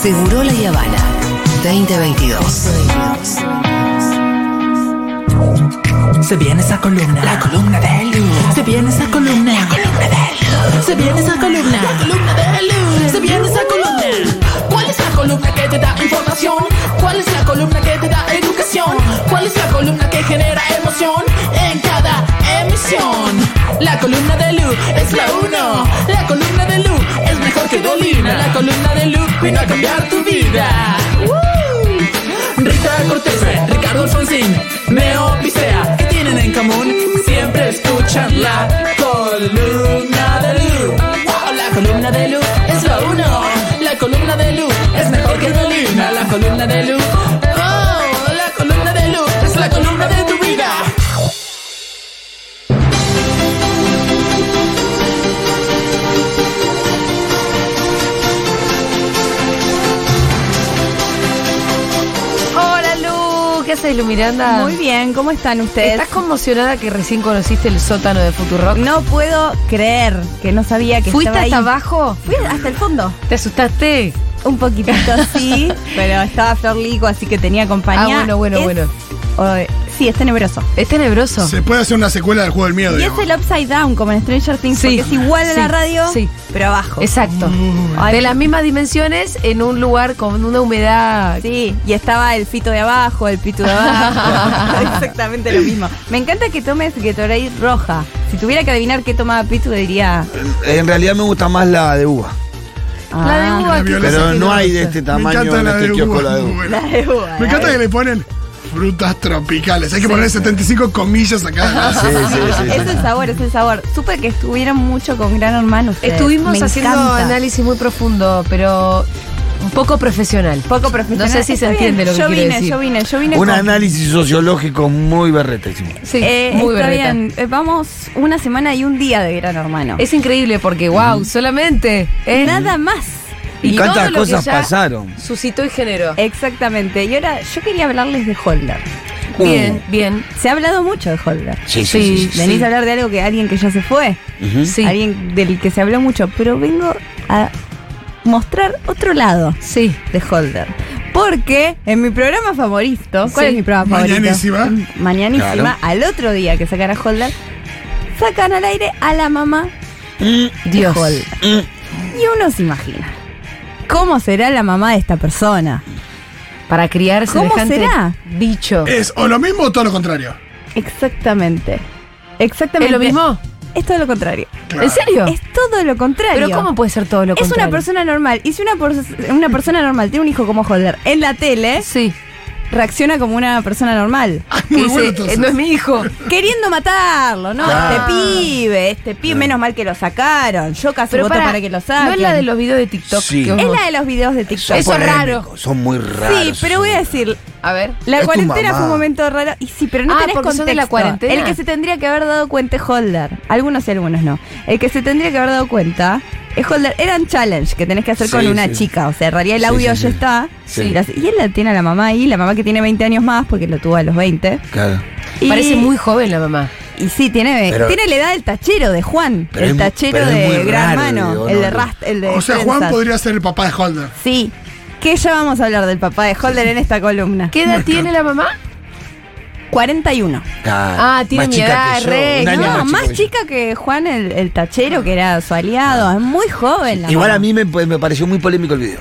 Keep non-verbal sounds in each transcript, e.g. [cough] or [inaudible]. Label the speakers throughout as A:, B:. A: Seguro La Habana 2022.
B: Se viene esa columna. La columna de luz. Se viene esa columna. La columna de luz. Se viene esa columna. La columna de luz. Se viene esa columna. ¿Cuál es la columna que te da información? ¿Cuál es la columna que te da educación? ¿Cuál es la columna que genera emoción en cada emisión? La columna de luz es la uno. La columna de luz es mejor que Dolina. La columna de luz vino a cambiar tu vida. ¡Woo! Rita Cortés, Ricardo Alfonsín, Neo Picea, ¿qué tienen en común? Siempre escuchan la columna de luz. ¡Wow! La columna de luz es la uno. La columna de luz es mejor que Dolina. La columna de luz. ¡Oh! La columna de luz es la columna de tu vida.
C: Hola Lu, ¿qué haces Lu Miranda?
D: Muy bien, ¿cómo están ustedes?
C: ¿Estás conmocionada que recién conociste el sótano de Futurock?
D: No puedo creer que no sabía que
C: ¿Fuiste
D: estaba
C: hasta
D: ahí.
C: abajo?
D: Fui hasta el fondo.
C: ¿Te asustaste? [laughs]
D: Un poquitito sí, pero estaba Flor Lico, así que tenía compañía.
C: Ah, bueno, bueno,
D: Es-
C: bueno.
D: oh, eh, sí, es tenebroso.
C: ¿Es tenebroso?
E: Se puede hacer una secuela del juego del miedo.
D: Y es
E: digamos.
D: el Upside Down, como en Stranger Things,
C: Sí.
D: porque es igual a la
C: Sí,
D: radio,
C: sí.
D: pero abajo.
C: Exacto.
D: Ay,
C: de las mismas dimensiones en un lugar con una humedad.
D: Sí, y estaba el fito de abajo, el pitu
C: [laughs]
D: de abajo. Exactamente lo mismo. Me encanta que tomes Gatorade roja. Si tuviera que adivinar qué tomaba pitu, diría...
F: Eh, En realidad me gusta más la de uva.
C: La de
D: ah,
C: uva,
E: la
C: qué
E: violencia.
C: cosa
F: Pero
C: que
F: no hay
C: gusta.
F: de este
E: Me
F: tamaño
E: encanta
F: en
E: la
F: este
E: de
F: kiosco
E: uva,
F: la de
E: muy [laughs]
F: uva.
E: buena.
D: La de uva.
E: Me encanta que le ponen frutas tropicales. Hay que poner 75 comillas acá.
F: Sí, sí, sí, sí.
D: Es el sabor, es el sabor. Supe que estuvieron mucho con Gran Hermano. ustedes.
C: Estuvimos
D: Me
C: haciendo
D: encanta.
C: análisis muy profundo, pero un poco profesional.
D: poco profesional.
C: No sé si se
D: Está bien,
C: entiende lo que
D: yo
C: quiero
D: vine,
C: decir.
D: Yo vine, yo vine,
F: Un
D: con-
F: análisis sociológico muy berretísimo.
C: Sí,
D: Eh,
C: muy
D: está
C: berreta.
D: bien. Eh, Vamos una semana y un día de Gran Hermano.
C: Es increíble porque, wow, solamente. ¿eh?
D: Nada más.
F: Y
C: todo
F: cuántas
C: lo que
F: cosas
C: ya
F: pasaron.
C: Suscitó y generó.
D: Eh, Exactamente. Y ahora yo quería hablarles de Holder.
F: Uh,
C: Bien, bien.
D: Se ha hablado mucho de Holder.
F: Sí, sí, sí. sí.
D: Venís a hablar de algo que alguien que ya se fue,
F: Ujú.
C: Sí.
D: alguien del que se habló mucho, pero vengo a mostrar otro lado
C: Sí.
D: de Holder. Porque en mi programa favorito,
C: Sí.
D: ¿cuál es mi programa
E: Mañanísima.
D: favorito? Mañanísima.
F: Claro.
D: Al otro día que sacara Holder, sacan al aire a la mamá
F: Mm,
C: Dios.
D: de Holder.
F: mm.
D: Y uno se imagina. ¿Cómo será la mamá de esta persona?
C: Para criar
D: ¿Cómo
C: semejante
D: será? Eh,
C: bicho.
E: Es o lo mismo o todo lo contrario.
D: Exactamente. Exactamente.
C: ¿Es lo mismo?
D: Es todo lo contrario.
E: Claro.
C: ¿En serio?
D: Es todo lo contrario.
C: Pero ¿cómo puede ser todo lo
D: eh, es
C: contrario?
D: una persona normal. Y si una, por- una persona normal tiene un hijo como Holder en la tele,
C: Sí.
D: reacciona como una persona normal.
C: Que
E: [laughs] Muy
C: dice,
E: bueno entonces.
C: "Eh, no es mi hijo.
D: Queriendo matarlo, ¿no?
F: Claro.
D: Este pibe, este pibe, menos mal que lo sacaron. Yo casi voto para,
C: pará,
D: que lo saquen.
C: ¿No es la de los videos de TikTok?
F: Sí.
C: que vos
D: Es la
C: mostrás?
D: de los videos de TikTok.
C: Eso es raro.
F: Polémicos, Son muy raros.
D: Sí, pero voy a decir,
C: A ver.
D: La
F: Es tu
D: cuarentena
F: mamá.
D: fue un momento raro. Y sí, pero no
C: Ah,
D: tenés
C: porque
D: contexto.
C: son de la cuarentena.
D: El que se tendría que haber dado cuenta es Holder. Algunos y algunos no. El que se tendría que haber dado cuenta es Holder. Era un challenge que tenés que hacer
F: Sí,
D: con una
F: sí.
D: chica. O sea, en realidad el
F: Sí,
D: audio
F: sí,
D: ya
F: sí.
D: está.
F: Sí.
D: Y las- Y él la tiene a la mamá ahí, la mamá que tiene 20 años más, porque lo tuvo a los 20.
F: Claro.
D: Y-
C: Parece muy joven la mamá.
D: Y sí, tiene,
F: Pero-
D: tiene la edad del tachero de Juan.
F: Pero
D: el
F: es mu-
D: tachero
F: pero es
D: de
F: muy
D: Gran
F: raro,
D: Mano.
F: digo,
D: el de
F: no, no.
D: Rast, el de
E: O sea, Juan
D: Trenzas.
E: podría ser el papá de Holder.
D: Sí. Que ya vamos a hablar del papá de Holder en esta columna.
C: ¿Qué edad tiene la mamá?
D: 41.
C: Ah, tiene mi edad, re,
F: un año
D: Eh, No, más
F: que yo.
D: chica que Juan el, el tachero, que era su aliado. Es muy joven la
F: Ah. Igual
D: mamá.
F: a mí me, me pareció muy polémico el video.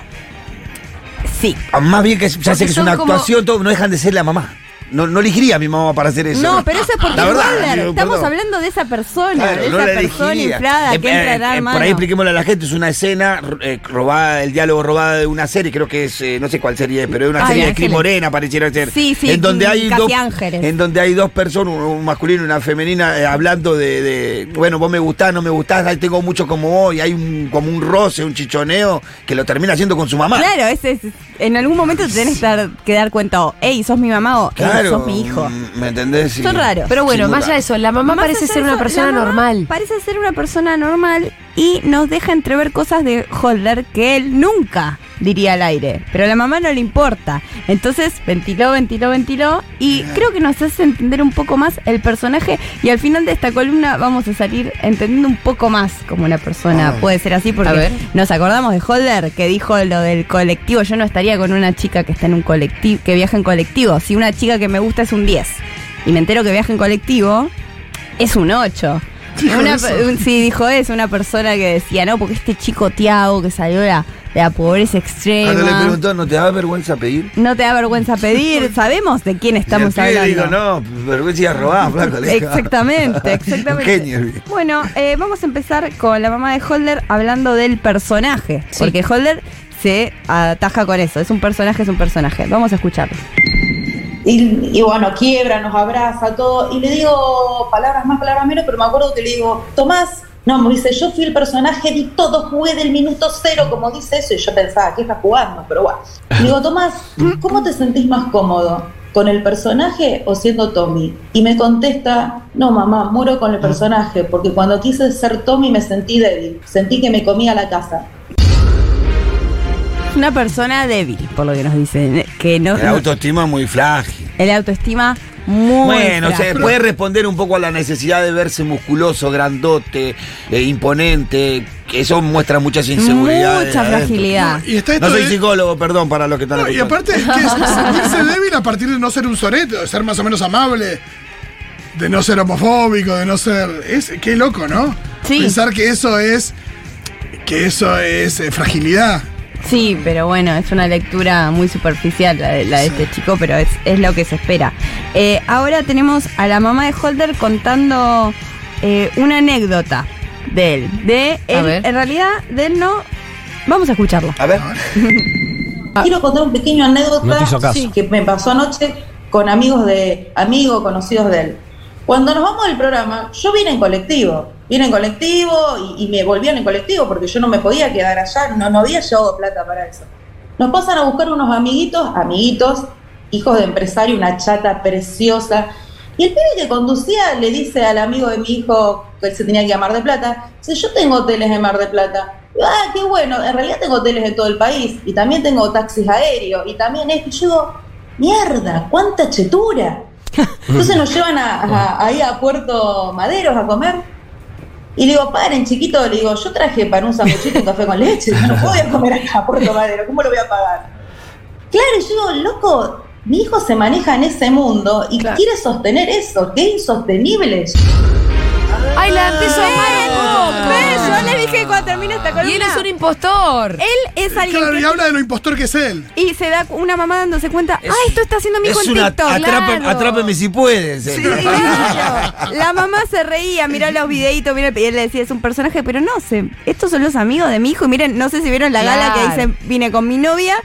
D: Sí.
F: Ah, Más bien que es- ya
C: Porque
F: sé que es
C: son
F: una
C: como-
F: actuación, todo, no dejan de ser la mamá. No, no elegiría a mi mamá para hacer eso.
D: No, pero eso es porque
F: La verdad,
D: Mulder,
F: digo,
D: estamos
F: perdón.
D: hablando de esa persona,
F: Claro,
D: de
F: no
D: esa
F: la
D: persona
F: elegiría.
D: inflada
F: Eh,
D: que entra
F: eh,
D: a dar
F: eh,
D: mano.
F: Por ahí expliquémosle a la gente, es una escena eh, robada, el diálogo robado de una serie, creo que es, eh, no sé cuál serie es, pero es una
D: Ay,
F: serie de
D: Ángeles.
F: Cris Morena, pareciera ser.
D: Ah, Sí, sí,
F: en donde hay
D: Casi
F: dos,
D: Ángeles.
F: En donde hay dos personas, un- un masculino y una femenina, eh, hablando de, de, bueno, vos me gustás, no me gustás, ahí tengo mucho como vos, y hay un, como un roce, un chichoneo, que lo termina haciendo con su mamá.
D: Claro, ese es- en algún momento te tenés que dar, que dar cuenta, o, hey, sos mi mamá o "Ey, sos mi hijo.
F: mm, ¿Me entendés? Sí.
D: Son raros.
C: Pero bueno,
F: Sin
C: más
F: duda.
C: allá de eso, la mamá
D: Más
C: parece
D: allá
C: ser
D: de
C: una
D: eso,
C: persona
D: la mamá
C: normal.
D: Parece ser una persona normal y nos deja entrever cosas de Holder que él nunca diría al aire. Pero a la mamá no le importa. Entonces ventiló, ventiló, ventiló. Y creo que nos hace entender un poco más el personaje. Y al final de esta columna vamos a salir entendiendo un poco más como una persona. Puede ser así
C: A
D: porque
C: ver.
D: nos acordamos de Holder que dijo lo del colectivo. Yo no estaría con una chica que está en un colectivo, que viaja en colectivo. Si una chica que me gusta es un 10 y me entero que viaja en colectivo, es un 8.
E: Dijo
D: Una
E: eso.
D: pe- un- sí, dijo eso, una persona que decía, no, porque este chico Tiago que salió de la, de la pobreza extrema.
F: Cuando le preguntó, Ah, ¿no te da vergüenza pedir?
D: No te da vergüenza
F: [laughs]
D: pedir, sabemos de quién estamos
F: y el pibe
D: hablando.
F: digo, no, vergüenza ir
D: [laughs]
F: a robar, flaco. le digo. [laughs]
D: Exactamente, exactamente.
F: Un genio, el viejo.
D: Bueno, eh, vamos a empezar con la mamá de Holder hablando del personaje,
C: Sí.
D: porque Holder se ataja con eso, es un personaje, es un personaje. Vamos a escucharlo.
G: Y, y bueno, quiebra, nos abraza, todo. Y le digo palabras más, palabras menos, pero me acuerdo que le digo, Tomás, no, me dice, yo fui el personaje, di todo, jugué del minuto cero, como dice eso. Y yo pensaba, ¿qué está jugando? Pero bueno. Le digo, Tomás, ¿cómo te sentís más cómodo? ¿Con el personaje o siendo Tommy? Y me contesta, no mamá, muero con el personaje, porque cuando quise ser Tommy me sentí débil, sentí que me comía la casa.
D: Es Una persona débil, por lo que nos dicen, que no,
F: El autoestima muy frágil.
D: el autoestima muy
F: bueno, o sea,
D: frágil.
F: puede responder un poco a la necesidad de verse musculoso, grandote, eh, imponente. que Eso muestra muchas inseguridades.
D: mucha
F: adentro.
D: fragilidad.
E: Y está esto
F: No soy
E: de-
F: psicólogo, perdón, para los que están
E: No, y
F: escuchando.
E: aparte, es que es
F: [laughs]
E: sentirse débil a partir de no ser un sorete, de ser más o menos amable, de no ser homofóbico, de no ser. Es, qué loco, ¿no?
D: Sí.
E: Pensar que eso es. que eso es eh, fragilidad.
D: Sí, pero bueno, es una lectura muy superficial la de, la de este chico, pero es, es lo que se espera. Eh, ahora tenemos a la mamá de Holder contando eh, una anécdota de él. De
C: A
D: él,
C: ver.
D: en realidad, de él no. Vamos a escucharla.
F: A ver.
G: Quiero contar un pequeño anécdota
H: Ah. No te hizo caso.
G: sí, que me pasó anoche con amigos de amigos conocidos de él. Cuando nos vamos del programa, yo vine en colectivo, vine en colectivo y, y me volvían en colectivo porque yo no me podía quedar allá, no, no había llevado plata para eso. Nos pasan a buscar unos amiguitos, amiguitos, hijos de empresario, una chata preciosa. Y el pibe que conducía le dice al amigo de mi hijo que él se tenía que ir a Mar de Plata, dice, yo tengo hoteles en Mar de Plata. Y yo, ah, qué bueno, en realidad tengo hoteles en todo el país y también tengo taxis aéreos y también esto. Y yo digo, mierda, cuánta chetura. Entonces nos llevan a, a- ahí a Puerto Maderos a comer. Y le digo, paren, chiquito, le digo, yo traje para un sanguchito un café con leche, yo no puedo ir a comer acá a Puerto Madero, ¿cómo lo voy a pagar? Claro, y yo digo, loco, mi hijo se maneja en ese mundo y quiere sostener eso, que es insostenible.
C: ¡Ay, la empezó a amar un
D: ¿Ves?
C: poco!
D: Yo le dije cuando termina esta columna.
C: Y él es un impostor.
D: Él es alguien
E: Claro, y
D: que-
E: habla de lo impostor que es él.
D: y se da una mamá dándose cuenta, ah, esto está haciendo mi hijo
F: Es
D: en
F: una
D: TikTok.
F: atrápame,
C: claro.
F: atrápame si puedes. eh.
D: Sí, claro. La mamá se reía, miró los videitos, miró, y él le decía, es un personaje, pero no sé, estos son los amigos de mi hijo. Y miren, no sé si vieron la gala
C: Claro.
D: que dice, vine con mi novia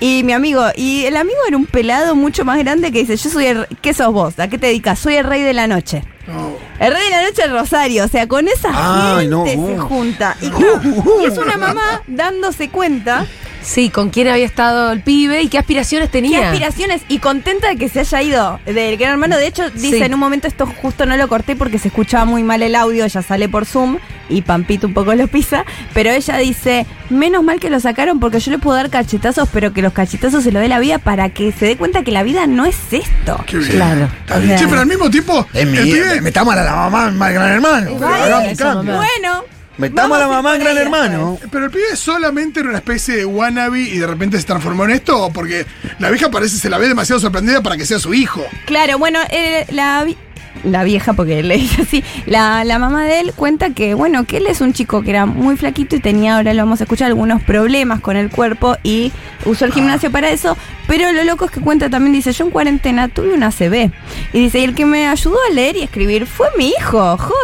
D: y mi amigo. Y el amigo era un pelado mucho más grande que dice, yo soy el... ¿Qué sos vos? ¿A qué te dedicas? Soy el rey de la noche.
E: No.
D: El rey de la noche es Rosario, o sea, con esa
F: Oh.
D: gente
F: Ay, no,
D: se
F: uh.
D: junta. Y, claro, y es una mamá dándose cuenta
C: Sí, con quién había estado el pibe y qué aspiraciones tenía.
D: Qué aspiraciones y contenta de que se haya ido del gran hermano. De hecho, dice
C: Sí.
D: en un momento esto justo no lo corté porque se escuchaba muy mal el audio, ella sale por Zoom y Pampito un poco lo pisa, pero ella dice, menos mal que lo sacaron porque yo le puedo dar cachetazos, pero que los cachetazos se lo dé la vida para que se dé cuenta que la vida no es esto.
E: Qué bien.
C: Claro.
E: Está bien. Che, pero al mismo tiempo.
F: Es mi
E: el
F: me
E: pibe-
F: Metamos a la mamá en gran hermano.
C: Igual,
F: pero hagamos un
C: esa
F: cambio.
C: mamá.
D: Bueno.
F: Metamos a la
D: vamos ir
F: mamá en
D: por
F: gran
D: ahí pues.
F: hermano.
E: Pero el pibe solamente era una especie de wannabe y de repente se transformó en esto, ¿O porque la vieja parece se la ve demasiado sorprendida para que sea su hijo.
D: Claro, bueno, eh, la, vi- la vieja, porque le dice así, la, la mamá de él cuenta que, bueno, que él es un chico que era muy flaquito y tenía, ahora lo vamos a escuchar, algunos problemas con el cuerpo y usó el gimnasio para eso, pero lo loco es que cuenta también, dice, yo en cuarentena tuve una CB. Y dice, y el que me ayudó a leer y escribir fue mi hijo,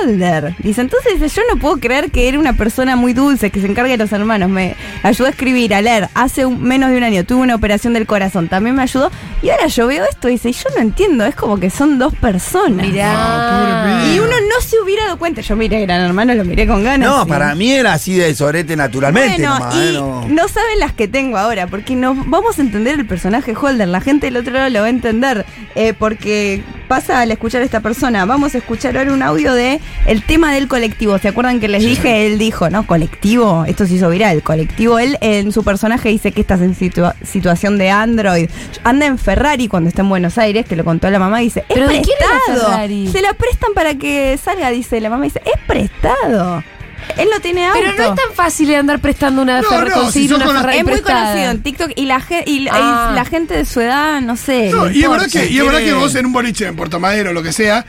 D: Holder. Dice, entonces dice, yo no puedo creer que era una persona muy dulce, que se encarga de los hermanos, me ayudó a escribir, a leer, hace un- menos de un año tuve una operación del corazón, también me ayudó, y ahora yo veo esto y dice, y yo no entiendo, es como que son dos personas.
F: Ah,
C: Mirá.
D: Y uno no se hubiera dado cuenta, yo miré Gran Hermano, lo miré con ganas.
F: No,
D: sí.
F: para mí era así de sorete naturalmente.
D: Bueno,
F: nomás,
D: y
F: eh, no.
D: no saben las que tengo ahora, porque no vamos a entender el personaje Holder, la gente del otro lado lo va a entender, eh, porque pasa al escuchar a esta persona. Vamos a escuchar ahora un audio de el tema del colectivo. ¿Se acuerdan que les dije? Él dijo, ¿no? Colectivo, esto se hizo viral, colectivo. Él en su personaje dice que estás en situa- situación de Android. Anda en Ferrari cuando está en Buenos Aires, que lo contó la mamá, dice, es
C: ¿Pero de quién era
D: prestado.
C: Ferrari?
D: Se la prestan para que salga, dice la mamá, dice, es prestado. Él no tiene auto.
C: Pero no es tan fácil de andar prestando una
E: No,
C: Ferrari,
E: no, si
C: conseguir
E: sos
C: una
E: con la-
C: Ferrari
D: es muy
C: prestada.
D: conocido en TikTok y la, ge- y la- y
C: Ah.
D: la gente de su edad, no sé.
E: No,
D: le
E: y es verdad,
D: importa.
E: que, y es
F: Tiene-
E: verdad que vos en un boliche, en Puerto Madero, lo que sea,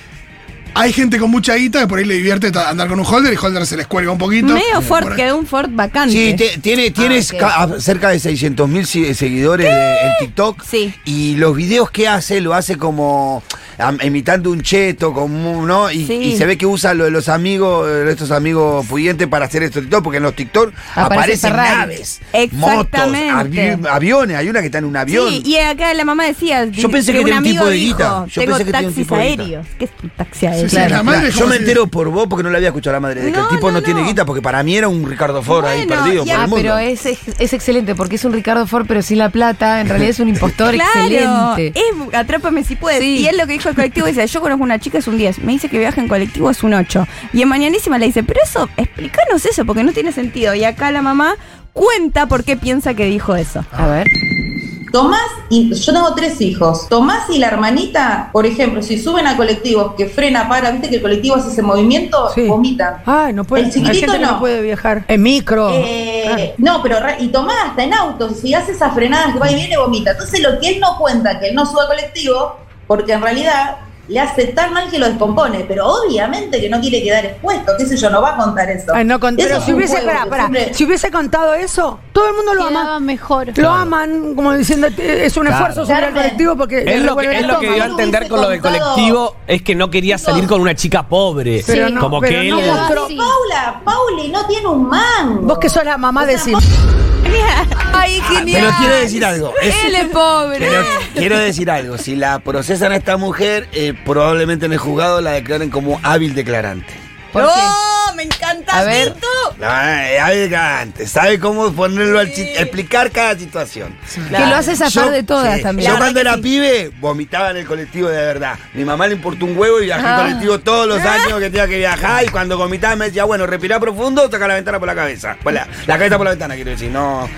E: hay gente con mucha guita que por ahí le divierte ta- andar con un holder y holder se les cuelga un poquito.
D: Medio Ford,
E: Por ahí-
D: quedó un Ford vacante.
F: Sí, te- tiene, tienes
D: Ah,
C: ok.
F: ca- a- cerca de 600 mil seguidores de- en TikTok.
D: Sí.
F: Y los videos que hace, lo hace como am- imitando un cheto, como, un- ¿no? Y,
D: Sí.
F: y se ve que usa lo de los amigos, eh, estos amigos pudientes para hacer estos TikTok, porque en los TikTok
C: Aparece
F: aparecen
C: Ferrari.
F: naves, motos,
D: Exactamente.
F: avi- aviones. Hay una que está en un avión.
D: Sí, y acá la mamá decía
F: Yo pensé que
D: un
F: tenía un
D: amigo
F: tipo de
D: dijo,
F: guita. Yo
D: tengo
F: pensé que tenía un
D: taxis
F: tipo de guita".
D: aéreos. ¿Qué es un taxi aéreo?
E: Sí, sí,
C: Claro.
E: la madre es
F: yo
E: como
F: me
E: si-
F: entero por vos porque no le había escuchado a la madre de que
D: No,
F: el tipo no,
D: no,
F: tiene
D: no.
F: guita porque para mí era un Ricardo Ford ahí
D: Bueno,
F: perdido
D: y-
F: por
C: Ah,
F: el mundo.
C: pero es, es, es excelente porque es un Ricardo Ford, pero sin la plata. En realidad es un [laughs] impostor
D: Claro,
C: excelente.
D: es Atrápame si puedes.
C: Sí.
D: Y él lo que dijo el colectivo dice, yo conozco una chica es un 10, me dice que viaja en colectivo es un 8. Y en Mañanísima le dice, pero eso, explícanos eso, porque no tiene sentido. Y acá la mamá cuenta por qué piensa que dijo eso.
C: A ver.
G: Tomás y yo tengo tres hijos. Tomás y la hermanita, por ejemplo, si suben a colectivos que frena, para, viste que el colectivo hace ese movimiento,
H: Sí.
G: vomitan.
C: Ah,
H: Ay, no puede.
G: El chiquitito
H: hay gente que
G: no.
H: no puede viajar. En micro.
G: Eh,
H: Oh, Claro.
G: No, pero re- y Tomás hasta en autos, si hace esas frenadas que va y viene, vomita. Entonces lo que él no cuenta, que él no suba colectivo, porque en realidad le hace tan mal que lo descompone, pero obviamente que no quiere quedar expuesto, qué sé yo, no va a contar eso.
H: Ay, no con-
G: Eso
H: pero
G: es
H: si
G: un
H: hubiese,
G: juego
H: pará,
G: que
H: pará,
G: siempre-
H: si hubiese contado eso, todo el mundo lo ama.
I: Quedaba mejor.
H: Lo aman, como diciendo, "Te- es un esfuerzo subir al
G: Carmen.
H: colectivo porque le
J: Es lo, que,
H: revuelven
J: es
H: el
J: lo que dio a
H: estómago".
J: entender con lo del colectivo, es que no quería salir con una chica pobre.
H: Pero no,
J: como
H: pero
J: que
H: no
J: él-
I: Quedaba
H: mostró-
I: así.
G: Paula, Pauli no tiene un mango.
H: Vos que sos la mamá,
G: O sea,
H: decís.
G: vos-
C: Ay, genial.
F: Pero quiero decir algo, es-
C: Él es pobre.
F: Pero quiero decir algo, si la procesan a esta mujer, eh, probablemente en el juzgado la declaren como hábil declarante.
C: ¿Por qué?
D: ¡Oh, me encanta!
C: A ver.
D: Tito!
F: Ah, eh, hábil declarante, sabe cómo ponerlo al chi- explicar cada situación.
C: Que lo hace zafar de todas
F: sí,
C: también.
F: Yo
C: La
F: cuando era pibe vomitaba en el colectivo de verdad. Mi mamá le importó un huevo y viajé
C: Ah.
F: en colectivo todos los años que tenía que viajar y cuando vomitaba me decía, bueno, respirá profundo, saca la ventana por la cabeza. Bueno, la, la cabeza por la ventana, quiero decir, no.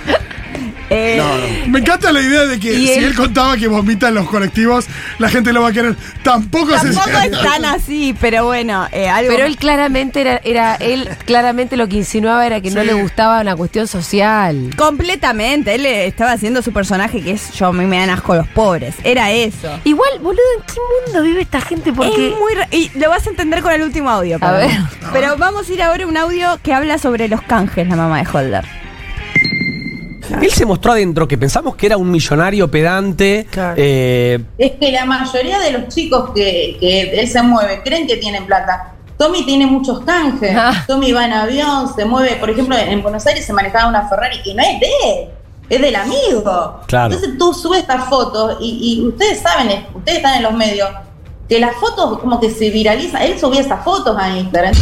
D: Eh,
F: no, no.
E: Me encanta la idea de que
C: Y
E: si
C: él-
E: él... contaba que vomita en los colectivos, la gente lo va a querer. Tampoco,
F: [laughs]
D: Tampoco
E: se
D: es tan así, pero bueno, eh, algo.
C: Pero él claramente era, era él claramente lo que insinuaba era que no
E: Sí.
C: le gustaba una cuestión social.
D: Completamente, él eh, estaba haciendo su personaje que es yo, a mí me dan asco los pobres. Era eso.
C: Igual, boludo, ¿en qué mundo vive esta gente? Porque
D: Es muy ra- y lo vas a entender con el último audio.
C: A ver.
D: Pero vamos a ir ahora a un audio que habla sobre los canjes, la mamá de Holder.
J: él se mostró adentro que pensamos que era un millonario pedante.
H: Claro.
J: eh,
G: Es que la mayoría de los chicos que, que él se mueve creen que tienen plata. Tommy tiene muchos canjes.
C: Ah.
G: Tommy va en avión, se mueve. Por ejemplo, en Buenos Aires se manejaba una Ferrari que no es de él, es del amigo.
J: Claro.
G: Entonces tú subes estas fotos y, y ustedes saben, eh, ustedes están en los medios, que las fotos como que se viralizan. Él subía esas fotos a Instagram.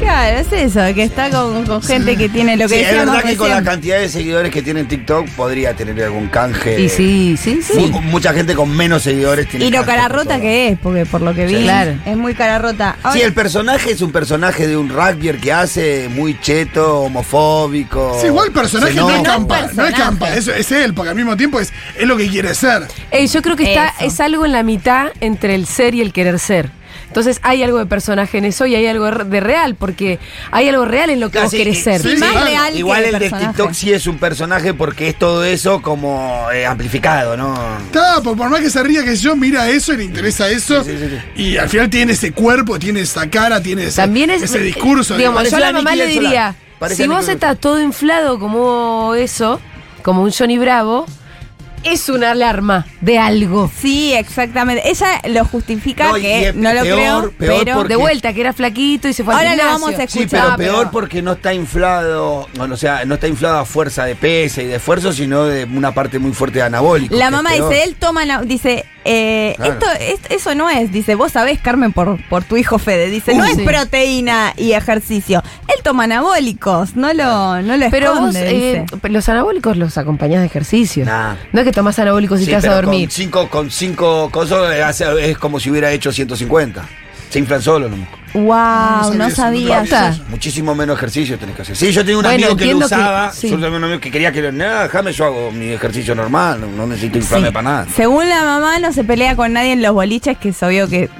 D: Claro, es eso, que está con, con gente que tiene lo que
F: Sí, es
D: decíamos
F: verdad que con la
D: recién.
F: cantidad de seguidores que tiene en TikTok podría tener algún canje.
C: Y sí, sí, sí.
F: Mu- mucha gente con menos seguidores tiene
D: Y lo
F: canje por
D: cararrota
F: todo.
D: que es, porque por lo que vi,
C: Sí. Claro.
D: es muy cararrota.
F: Sí,
D: Ahora-
F: el personaje es un personaje de un rugbyer que hace muy cheto, homofóbico.
E: Sí, igual el personaje no,
F: xenófobo.
E: es campa, no es
C: personaje.
E: campa, es, es él, porque al mismo tiempo es, es lo que quiere ser.
C: Eh, yo creo que está,
D: Eso.
C: es algo en la mitad entre el ser y el querer ser. Entonces hay algo de personaje en eso y hay algo de re- de real, porque hay algo real en lo que
F: Claro,
C: vos
F: Ah, sí, eh,
C: querés
F: sí,
C: ser.
E: sí,
D: más
E: claro.
D: real que
F: Igual el de
D: personaje.
F: TikTok sí es un personaje porque es todo eso como eh, amplificado, ¿no?
E: Está, por, por más que se ría que yo, mira eso y le interesa eso.
F: Sí, sí, sí,
E: Y al final tiene ese cuerpo, tiene esa cara, tiene ese,
C: También es.
E: ese discurso.
C: Digamos,
E: digamos.
C: yo
F: Parece
C: a la
F: a Nicky
C: mamá le
F: del Solar.
C: diría:
F: Parece a
C: si
F: Nicky
C: vos
F: del
C: estás todo inflado como eso, como un Johnny Bravo, es una alarma de algo.
D: Sí, exactamente. Ella lo justifica
F: No, y- y
D: que
F: es
D: no lo
F: peor,
D: creo,
F: peor
D: pero
F: porque-
C: De vuelta, que era flaquito y se fue
D: Ahora
C: al
D: lo
C: gimnasio.
D: vamos a
F: Sí,
D: escuchar.
F: pero peor porque no está inflado, no, o sea, no está inflado a fuerza de peso y de esfuerzo, sino de una parte muy fuerte de anabólico. que
D: La
F: es
D: mamá
F: peor.
D: dice, él toma, la- dice, eh,
F: Claro.
D: esto, es- eso no es, dice, vos sabés, Carmen, por, por tu hijo Fede, dice, no
C: Uh,
D: es
C: sí.
D: proteína y ejercicio. Él toma anabólicos, no lo, no lo
C: Pero vos,
D: esconde,
C: eh,
D: dice.
C: los anabólicos los acompañás de ejercicio.
F: Nah.
C: No es que tomás anabólicos y
F: Sí,
C: Pues te vas a
F: pero
C: dormir.
F: Con cinco, con cinco cosas eh, hace- es como si hubiera hecho 150. Se inflan solo, los músculos.
D: Wow, no
E: No sabía
D: sabía.
E: eso, no sabía
F: Muchísimo menos ejercicio tenés que hacer. Sí, yo tenía un
C: Bueno,
F: amigo que lo
C: entiendo que-
F: usaba.
C: sí.
F: Yo tenía un amigo que quería que lo. Nada, déjame, yo hago mi ejercicio normal. No, no necesito inflarme
D: Sí.
F: para nada.
D: Según la mamá, no se pelea con nadie en los boliches, que es obvio que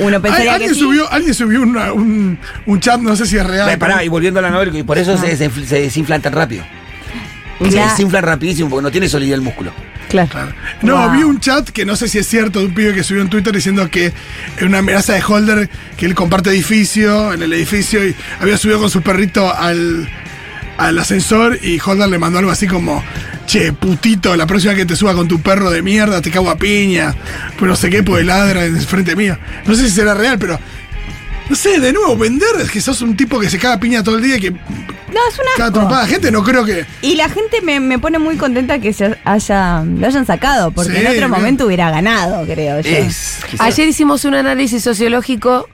D: uno
E: Al-
D: pensaría que
E: alguien,
D: sí.
E: subió, alguien subió una- un, un chat, no sé si es real.
F: Ve, pará, y volviendo a la novela, y por eso se, desinfl- se desinflan tan rápido. Se
D: Mirá.
F: desinflan rapidísimo porque no tiene solidez el músculo.
C: Claro.
E: No,
D: Wow.
E: vi un chat que no sé si es cierto de un pibe que subió en Twitter diciendo que era una amenaza de Holder, que él comparte edificio, en el edificio, y había subido con su perrito al, al ascensor y Holder le mandó algo así como, che, putito, la próxima que te suba con tu perro de mierda, te cago a piña, pero no sé qué, pues ladra en frente mío. No sé si será real, pero... No sé, de nuevo, vender es que sos un tipo que se caga a piña todo el día y que
D: No, es una.
E: caga trompada a gente, no creo que...
D: Y la gente me, me pone muy contenta que se haya, lo hayan sacado, porque
E: Sí,
D: en otro
E: bien.
D: momento hubiera ganado, creo yo.
F: Es. quizás.
C: Ayer hicimos un análisis sociológico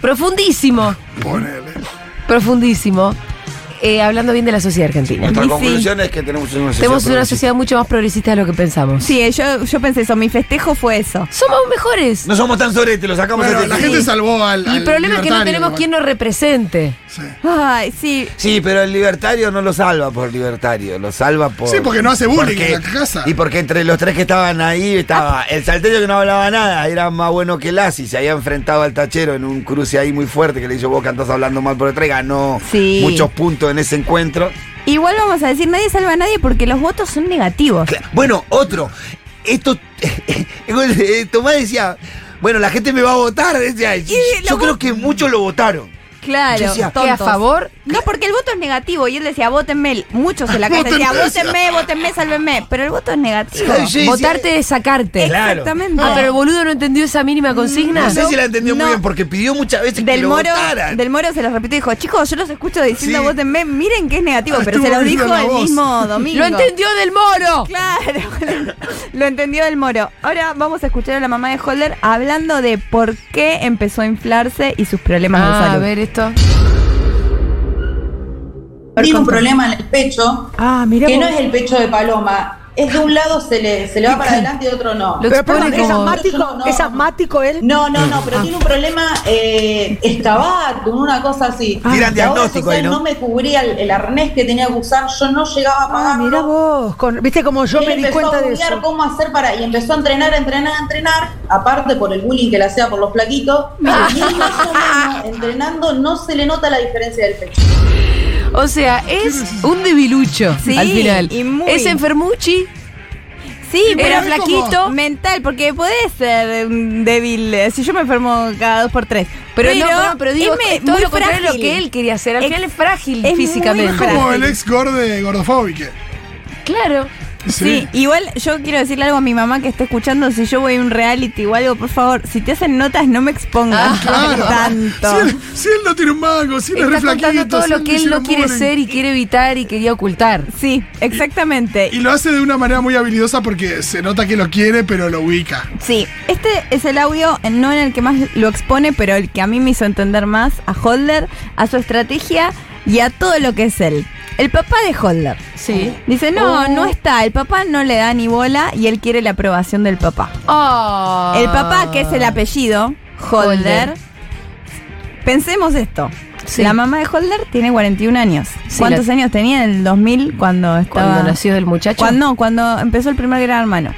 C: profundísimo,
E: Ponele.
C: profundísimo, eh, hablando bien de la sociedad argentina.
F: Nuestra
D: Y sí.
F: conclusión es que tenemos una sociedad.
C: Tenemos una
F: progresista.
C: sociedad mucho más progresista de lo que pensamos.
D: Sí, eh, yo, yo pensé eso, mi festejo fue eso.
C: Somos mejores.
F: No somos tan sorete, lo sacamos
E: Bueno,
F: de
E: la gente salvó al...
C: y el
E: al
C: problema es que no
E: libertario,
C: tenemos
E: igual.
C: quien nos represente.
E: Sí.
D: Ay, sí.
F: Sí, pero el libertario no lo salva por libertario, lo salva por.
E: Sí, porque no hace bullying en la casa. Ah.
F: Y porque entre los tres que estaban ahí estaba el salteño que no hablaba nada, era más bueno que Lassi, se había enfrentado al tachero en un cruce ahí muy fuerte que le dijo vos que andás hablando mal por detrás, y ganó
D: Sí.
F: muchos puntos en ese encuentro.
D: Igual vamos a decir, nadie salva a nadie porque los votos son negativos.
F: Cla- Bueno, otro. Esto. [laughs] eh, Tomás decía, bueno, la gente me va a votar. decía,
D: lo
F: yo creo que muchos lo votaron.
D: Claro,
F: Yo decía,
D: tontos.
C: ¿qué, a favor?
D: No, porque el voto es negativo y él decía, votenme. Muchos en la calle decían, votenme, votenme, sálvenme. Pero el voto es negativo.
F: Claro, yo decía-
C: Votarte es sacarte.
F: Claro.
D: Exactamente.
C: Ah, pero el boludo no entendió esa mínima consigna.
F: No sé si la entendió
D: No.
F: muy bien porque pidió muchas veces que
D: Del
F: lo
D: Moro,
F: votaran.
D: del Moro se los repito dijo, chicos, yo los escucho diciendo
F: Sí.
D: votenme, miren que es negativo,
E: Ah,
D: pero se
E: estuvo
D: los
E: viva
D: dijo
E: la
D: el
E: voz.
D: mismo domingo.
C: ¡Lo entendió del moro!
D: Claro, [laughs] lo entendió del Moro. Ahora vamos a escuchar a la mamá de Holder hablando de por qué empezó a inflarse y sus problemas de
C: Ah, a
D: salud.
C: ver esto.
G: Tiene un problema en el pecho,
H: Ah, mirá
G: que no
H: vos.
G: es el pecho de paloma. Es de un lado se le, se le va para adelante y de otro no.
C: Lo
H: Pero perdón,
C: expone
H: ¿es
C: como-
H: asmático?
G: No, no,
H: ¿Es
G: no.
H: asmático él? Ah.
G: No, no, no, pero tiene un problema eh, excavatum, una cosa así.
F: Ah. Tiran
G: La obra
F: diagnóstico ahí,
G: social
F: ¿no?
G: me cubría el, el arnés que tenía que usar, yo no llegaba a
H: Ah,
G: pagarlo.
H: mirá vos. con- Viste como yo
G: Él
H: me di
G: empezó
H: cuenta
G: a
H: de
G: googlear
H: eso.
G: cómo hacer para y empezó a entrenar, a entrenar, a entrenar, aparte por el bullying que le hacía por los flaquitos, y él más o menos, entrenando no se le nota la diferencia del pecho.
C: O sea, es un debilucho
D: Sí,
C: al final.
D: y muy-
C: Es enfermuchi.
D: Sí, pero
C: Era
D: flaquito.
C: flaquito.
D: Mental, porque podés ser mm, débil. eh, Si yo me enfermo cada dos por tres.
C: Pero, no, no, pero digo,
D: es me-
C: es todo
D: muy
C: lo contrario de lo
D: frágil.
C: que él quería hacer. Al
D: Ex-
C: final es frágil
D: es muy
C: físicamente.
D: frágil.
E: Como el ex gorde gordofóbico.
C: Claro.
D: Sí, igual yo quiero decirle algo a mi mamá que está escuchando. Si yo voy a un reality o algo, por favor, si te hacen notas, no me expongas
E: Ah, Claro.
D: tanto.
E: Si él, si él no tiene un mango, si él es
C: Está contando
E: reflaquito.
C: todo lo que él no quiere ser y quiere evitar y quería ocultar.
D: Sí, exactamente.
E: Y lo hace de una manera muy habilidosa porque se nota que lo quiere, pero lo ubica.
D: Sí, este es el audio, eh, no en el que más lo expone, pero el que a mí me hizo entender más a Holder, a su estrategia y a todo lo que es él. El papá de Holder.
C: Sí.
D: Dice, no, no está, el papá no le da ni bola y él quiere la aprobación del papá.
C: Oh.
D: El papá, que es el apellido, Holder.
C: Holder.
D: Pensemos esto.
C: Sí.
D: La mamá de Holder tiene 41 años.
C: Sí,
D: ¿Cuántos
C: la-
D: años tenía en el 2000 cuando estaba...
C: Cuando nació el muchacho.
D: Cuando- no, cuando empezó el primer gran hermano.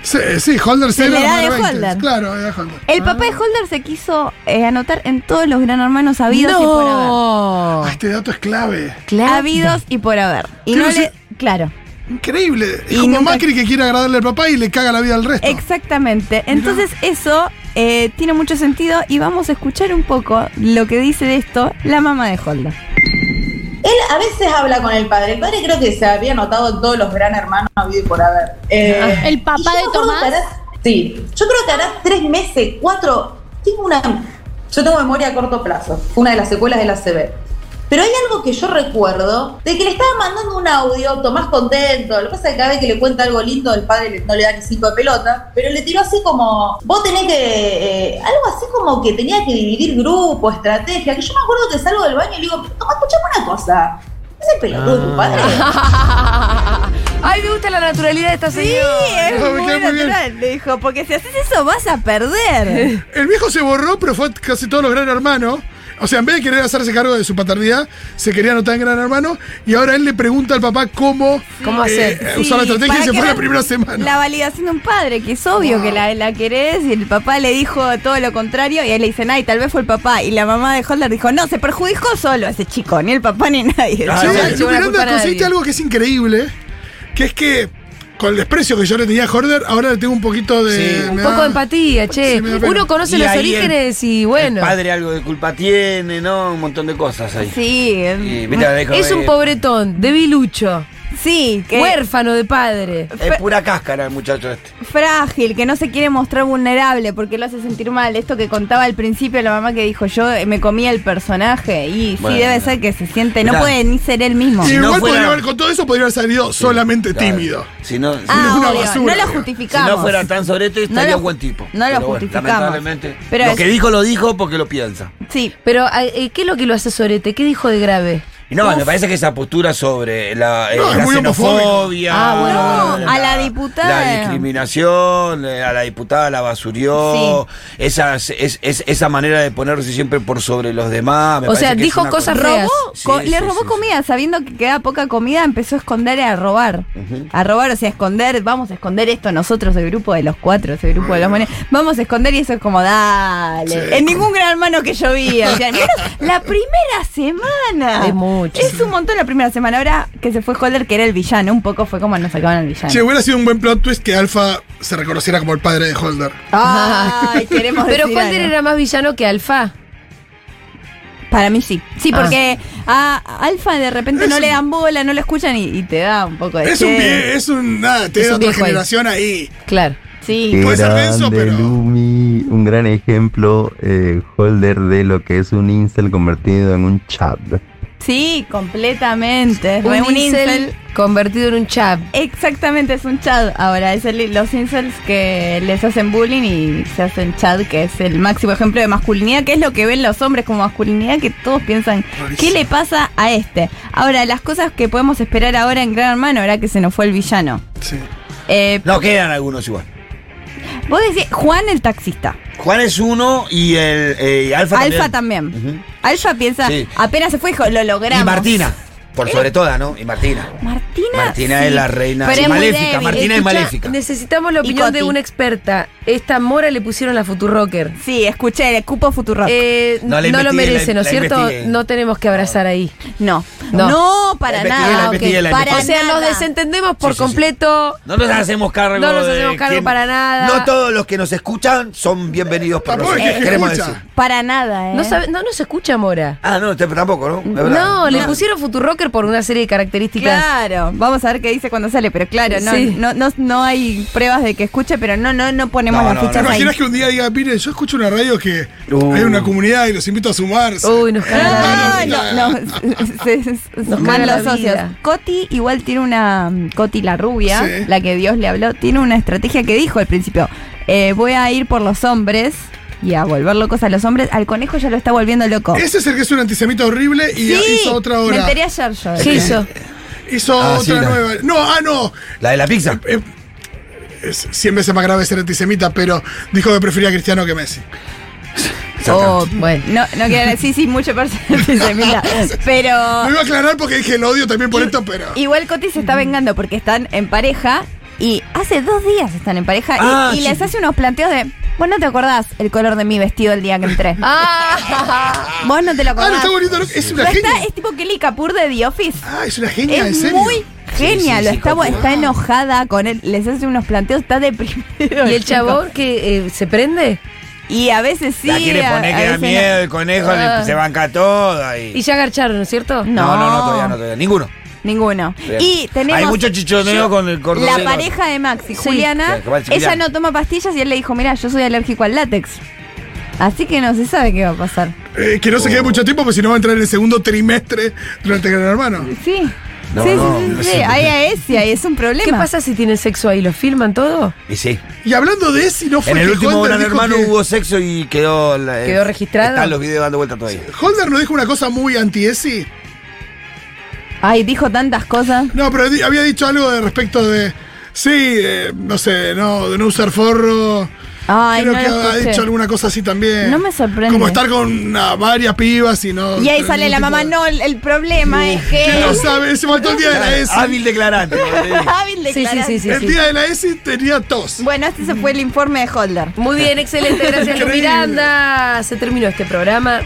E: Sí, sí, Holder
D: Se
E: cero,
D: le da de
E: número 20.
D: Holder.
E: Claro, era Holder.
D: El papá
C: Ah.
D: de Holder se quiso eh, anotar en todos los gran hermanos habidos y por haber.
C: no.
E: Ah, este dato es clave.
C: Claro.
D: Habidos y por haber. Y
E: Claro,
D: no
E: sí.
D: le. Claro.
E: Increíble. Es
D: Y
E: como
D: nunca-
E: Macri que quiere agradarle al papá y le caga la vida al resto.
D: Exactamente. Entonces, eso eh, tiene mucho sentido y vamos a escuchar un poco lo que dice de esto la mamá de Holder.
G: Él a veces habla con el padre. El padre creo que se había notado en todos los gran hermanos habido y por haber. Eh,
I: Ah, ¿El
G: y yo
I: papá
G: me
I: de
G: acuerdo
I: Tomás?
G: que hará- sí. Yo creo que hará tres meses, cuatro. Tengo una. Yo tengo memoria a corto plazo. Fue una de las secuelas de la CB. Pero hay algo que yo recuerdo de que le estaba mandando un audio, Tomás contento. Lo que pasa es que cada vez que le cuenta algo lindo, el padre le- no le da ni cinco de pelota. Pero le tiró así como, vos tenés que. eh, algo así como que tenía que dividir grupo, estrategia. Que yo me acuerdo que salgo del baño y le digo, Tomás, escuchame una cosa. ¿Es el pelotudo de tu padre?
C: Ay, me gusta la naturalidad de esta
D: Sí,
C: señora.
D: es
E: No, me
D: muy
E: cae muy bien.
D: natural, le dijo, porque si haces eso vas a perder.
E: El viejo se borró, pero fue casi todos los gran hermanos. O sea, en vez de querer hacerse cargo de su paternidad, se quería anotar en gran hermano. Y ahora él le pregunta al papá cómo, eh,
C: ¿Cómo hacer?
D: Sí,
E: usar la estrategia
D: para
E: y se
D: que
E: fue la
D: vean
E: primera semana.
D: La validación de un padre, que es obvio que la, la querés, y el papá le dijo todo lo contrario, y él le dicen, ay, tal vez fue el papá. Y la mamá de Holder dijo, no, se perjudicó solo ese chico, ni el papá ni [laughs] nadie.
E: Ah, Sí,
C: no le
E: y
C: echó la culpa a
E: Miranda
C: nadie.
E: conseguiste algo que es increíble, que es que con el desprecio que yo le tenía a Horder, ahora le tengo un poquito de...
F: Sí.
C: Un
E: me
C: poco
E: da-
C: de empatía, che.
E: Sí, me da pena.
C: Uno conoce
F: Y
C: los
F: ahí el-
C: orígenes y bueno.
F: El padre algo de culpa tiene, ¿no? Un montón de cosas ahí.
D: Sí,
F: Y, viste, la dejo
C: Es un
F: de-
C: pobretón, debilucho,
D: sí, que
C: huérfano de padre.
F: Es pura cáscara el muchacho este.
D: frágil, que no se quiere mostrar vulnerable porque lo hace sentir mal. Esto que contaba al principio la mamá que dijo, yo eh, me comía el personaje. Y
F: Bueno.
D: sí, debe ser que se siente,
F: Mirá.
D: no puede ni ser él mismo.
E: Y
F: no
E: igual
F: fuera-
E: podría haber, con todo eso podría haber salido solamente
F: Claro.
E: tímido.
F: Si no, si
D: Ah,
F: no-
E: una
D: obvio,
E: basura,
D: no lo
E: digo.
F: si
D: justificamos.
F: no fuera tan sobrete,
D: No
F: estaría
D: lo-
F: un buen tipo.
D: no lo
F: Pero bueno,
D: justificamos.
F: lamentablemente.
D: Pero
F: lo
D: es-
F: que dijo, lo dijo porque lo piensa.
D: Sí,
C: Pero, eh, ¿qué es lo que lo hace Sorete? ¿Qué dijo de grave?
F: Y no, me parece que esa postura sobre la, eh,
E: No, es
F: la
E: muy homofóbico.
F: xenofobia,
C: Ah, bueno, bueno, bueno.
D: A la diputada.
F: La discriminación, eh, a la diputada la basurió, esas, es, es- esa manera de ponerse siempre por sobre los demás. me
C: O
F: parece
C: sea,
F: que es
C: dijo
F: una
C: cosas
F: cosa-
C: reales.
D: robó,
F: Sí,
D: co-
F: sí,
D: le robó
F: sí,
D: comida, sabiendo que quedaba poca comida, empezó a esconder y a robar. A robar, o sea, a esconder, vamos a esconder esto nosotros, el grupo de los cuatro, ese grupo de los monedas. Vamos a esconder y eso es como, dale. en ningún gran hermano que yo vi. o sea, menos la primera semana.
C: Es mucho.
D: Es un montón la primera semana. Ahora que se fue Holder, que era el villano, un poco fue como nos sacaban al villano.
E: Che, hubiera sido un buen plot twist que Alfa se reconociera como el padre de Holder.
C: [laughs]
F: [laughs]
D: Ay, queremos
C: Pero
D: Ah, decir
C: Holder
D: algo.
C: era más villano que Alfa.
D: Para mí sí. Sí,
C: Ah.
D: porque a Alfa de repente
E: Es
D: no
E: un-
D: le dan bola, no lo escuchan y, y te da un poco de
E: Es un
D: che.
E: pie, es un... Nada, te
C: Es
E: da
C: un
E: otra
C: viejo ahí.
E: generación ahí.
C: Claro.
D: Sí.
I: Qué
E: Puede ser denso,
I: grande,
E: pero-
I: Lumi, un gran ejemplo, eh, Holder, de lo que es un incel convertido en un chat.
D: Sí, completamente.
C: Un,
D: Re Un,
C: incel
D: incel.
C: convertido en un chap.
D: Exactamente, es un chad. Ahora, es el- los incels que les hacen bullying y se hacen chad, que es el máximo ejemplo de masculinidad, que es lo que ven los hombres como masculinidad, que todos piensan, ¿qué le pasa a este? Ahora, las cosas que podemos esperar ahora en Gran Hermano, ahora que se nos fue el villano.
E: Sí.
D: Eh,
F: sí. No, quedan algunos igual.
D: vos decís, Juan el taxista.
F: Juan es uno y el eh, y Alfa,
D: Alfa
F: también.
D: también. Alfa piensa,
F: Sí.
D: apenas se fue, dijo, lo logramos.
F: Y Martina,
C: ¿Eh?
F: por sobre todas, ¿no? Y Martina.
D: Martina.
F: Martina
D: sí.
F: es la reina.
D: Pero
F: Sí,
D: es muy
F: maléfica,
D: débil.
F: Martina es
C: Escuchá,
F: maléfica.
C: Necesitamos la
D: Y
C: opinión de
D: Coti.
C: una experta. Esta mora le pusieron la Futurocker.
D: Sí, escuché, el cupo futuro.
C: Eh,
F: No
C: no
F: la
C: lo
F: investigué,
C: merece,
F: la-
C: ¿no es
F: la
C: cierto?
F: investigué.
C: No tenemos que abrazar ahí.
D: No,
C: No.
D: no, para
F: La
D: nada.
F: investigué, la
D: ok.
F: investigué, la
D: para
C: O sea, nos
D: nada.
C: desentendemos por
F: Sí, sí, sí.
C: completo.
F: No nos hacemos cargo.
C: No nos
F: de
C: hacemos cargo
F: quién-
C: para nada.
F: No todos los que nos escuchan son bienvenidos por
E: Tampoco
F: nosotros.
E: es que
F: queremos
E: escucha.
F: decir.
D: Para nada, ¿eh?
C: No, sabe- no, no se escucha Mora.
F: Ah, no, te- tampoco, ¿no? Es verdad. Ah.
C: No, le pusieron Futurocker por una serie de características.
D: Claro, vamos a ver qué dice cuando sale, pero claro, no,
C: Sí.
D: no, no, no hay pruebas de que escuche, pero no, no, no ponemos
F: No,
D: las
F: no,
E: ¿Te
D: fichas
F: no.
D: ahí.
E: imaginas que un día diga, miren, yo escucho una radio que
F: Uh.
E: hay una comunidad y los invito a sumarse?
C: Uy, nos cagaron.
D: Ah, no, no, se- se- se-
C: Nos
D: van
C: caga la
D: los socios.
C: vida.
D: Coti igual tiene una, mm, Coti la rubia,
E: Sí.
D: la que Dios le habló, tiene una estrategia que dijo al principio, eh, voy a ir por los hombres y a volver locos a los hombres, al conejo ya lo está volviendo loco.
E: Ese es el que es un antisemita horrible y hizo otra
D: me
E: hora.
D: enteré ayer yo.
C: ¿Qué
F: [laughs]
C: hizo?
E: Hizo
F: Ah,
E: otra
F: sí, la-
E: nueva. No, ah, no.
F: La de la pizza.
E: Eh, es 100 veces más grave ser antisemita, pero dijo que prefería a Cristiano que Messi.
C: Oh, bueno.
D: No, no quiero decir, sí, mucho [laughs] personal antisemita, Pero
E: Me iba a aclarar porque dije el odio también por esto, pero.
D: igual Coti se está vengando porque están en pareja y hace dos días están en pareja y-
F: Ah,
D: y,
F: sí.
D: les hace unos planteos de, vos no te acordás el color de mi vestido el día que entré.
C: [laughs] Ah,
D: Vos no te lo
E: Ah,
D: acordás.
E: no está bonito. ¿no? Es
D: Pero
E: una
D: está-
E: genia.
D: es tipo Kelly Kapoor de The Office.
E: Ah, es una genia, en
D: Es
E: serio.
D: muy genia.
F: sí,
D: lo
F: sí,
D: está,
F: Kapoor.
D: está enojada con él. Les hace unos planteos, está deprimido.
C: ¿Y el chabón que eh, se prende?
D: Y a veces sí.
F: la quiere
D: a-
F: poner
D: a
F: que da
D: veces no.
F: miedo, el conejo le-
C: Ah.
F: se banca todo.
C: Y
F: Y...
C: ya agarcharon, ¿no es cierto?
D: No.
F: No, no, no, todavía no, todavía. Ninguno.
D: Ninguno.
F: Bien.
D: Y tenemos.
F: Hay mucho chichoneo
D: Yo-
F: con el cordobés.
D: La pareja de Maxi,
C: Sí.
D: Juliana,
F: Sí, que va el
D: ella
F: Julián.
D: no toma pastillas y él le dijo, mira, yo soy alérgico al látex. Así que no se sabe qué va a pasar.
E: Eh, que no
F: Oh.
E: se quede mucho tiempo, porque si no va a entrar en el segundo trimestre durante Gran Hermano.
D: Sí.
F: No,
D: sí,
F: no,
D: sí,
F: no
D: sí, sí,
F: [laughs] sé.
D: Ahí es, y ahí es un problema.
C: ¿Qué pasa si tiene sexo ahí? ¿Lo filman todo?
F: Y sí.
E: Y hablando de si no fue
F: En el
E: que
F: último
E: Holder
F: Gran
E: dijo
F: Hermano
E: que-
F: hubo sexo y quedó. la-
C: ¿Quedó
F: eh,
C: registrado?
F: Están los videos dando vuelta todavía.
E: Holder no dijo una cosa muy anti-ESI.
D: Ay, dijo tantas cosas.
E: No, pero di- había dicho algo de respecto de. Sí, eh, no sé, no, de no usar forro.
D: Ay,
E: Creo
D: no
E: que
D: lo
E: ha
D: escuché.
E: dicho alguna cosa así también.
D: No me sorprende.
E: Como estar con ah, varias pibas y no.
D: Y ahí
E: tener
D: sale la
E: ningún
D: mamá, eh".
E: tipo de-
D: no, el, el problema es
E: ¿Quién
D: que... [laughs]
E: lo sabe? Se faltó el día de la ESI.
F: Hábil declarante. como te digo.
D: Hábil
C: Sí, sí, sí, sí.
E: el
C: sí.
E: día de la ESI tenía tos.
D: Bueno, este se fue el informe de Holder.
F: [laughs]
C: Muy bien, excelente. Gracias, Lu
E: Increíble.
C: Miranda. Se terminó este programa.